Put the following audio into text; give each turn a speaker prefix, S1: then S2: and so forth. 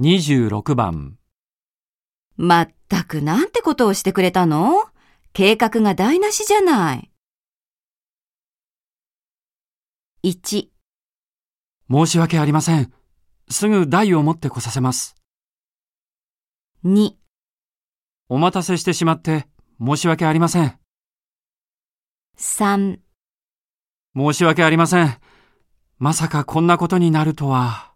S1: 26番、
S2: まったくなんてことをしてくれたの計画が台無しじゃない。1、
S1: 申し訳ありません。すぐ台を持ってこさせます。
S2: 2、
S1: お待たせしてしまって申し訳ありません。
S2: 3。
S1: 申し訳ありません。まさかこんなことになるとは。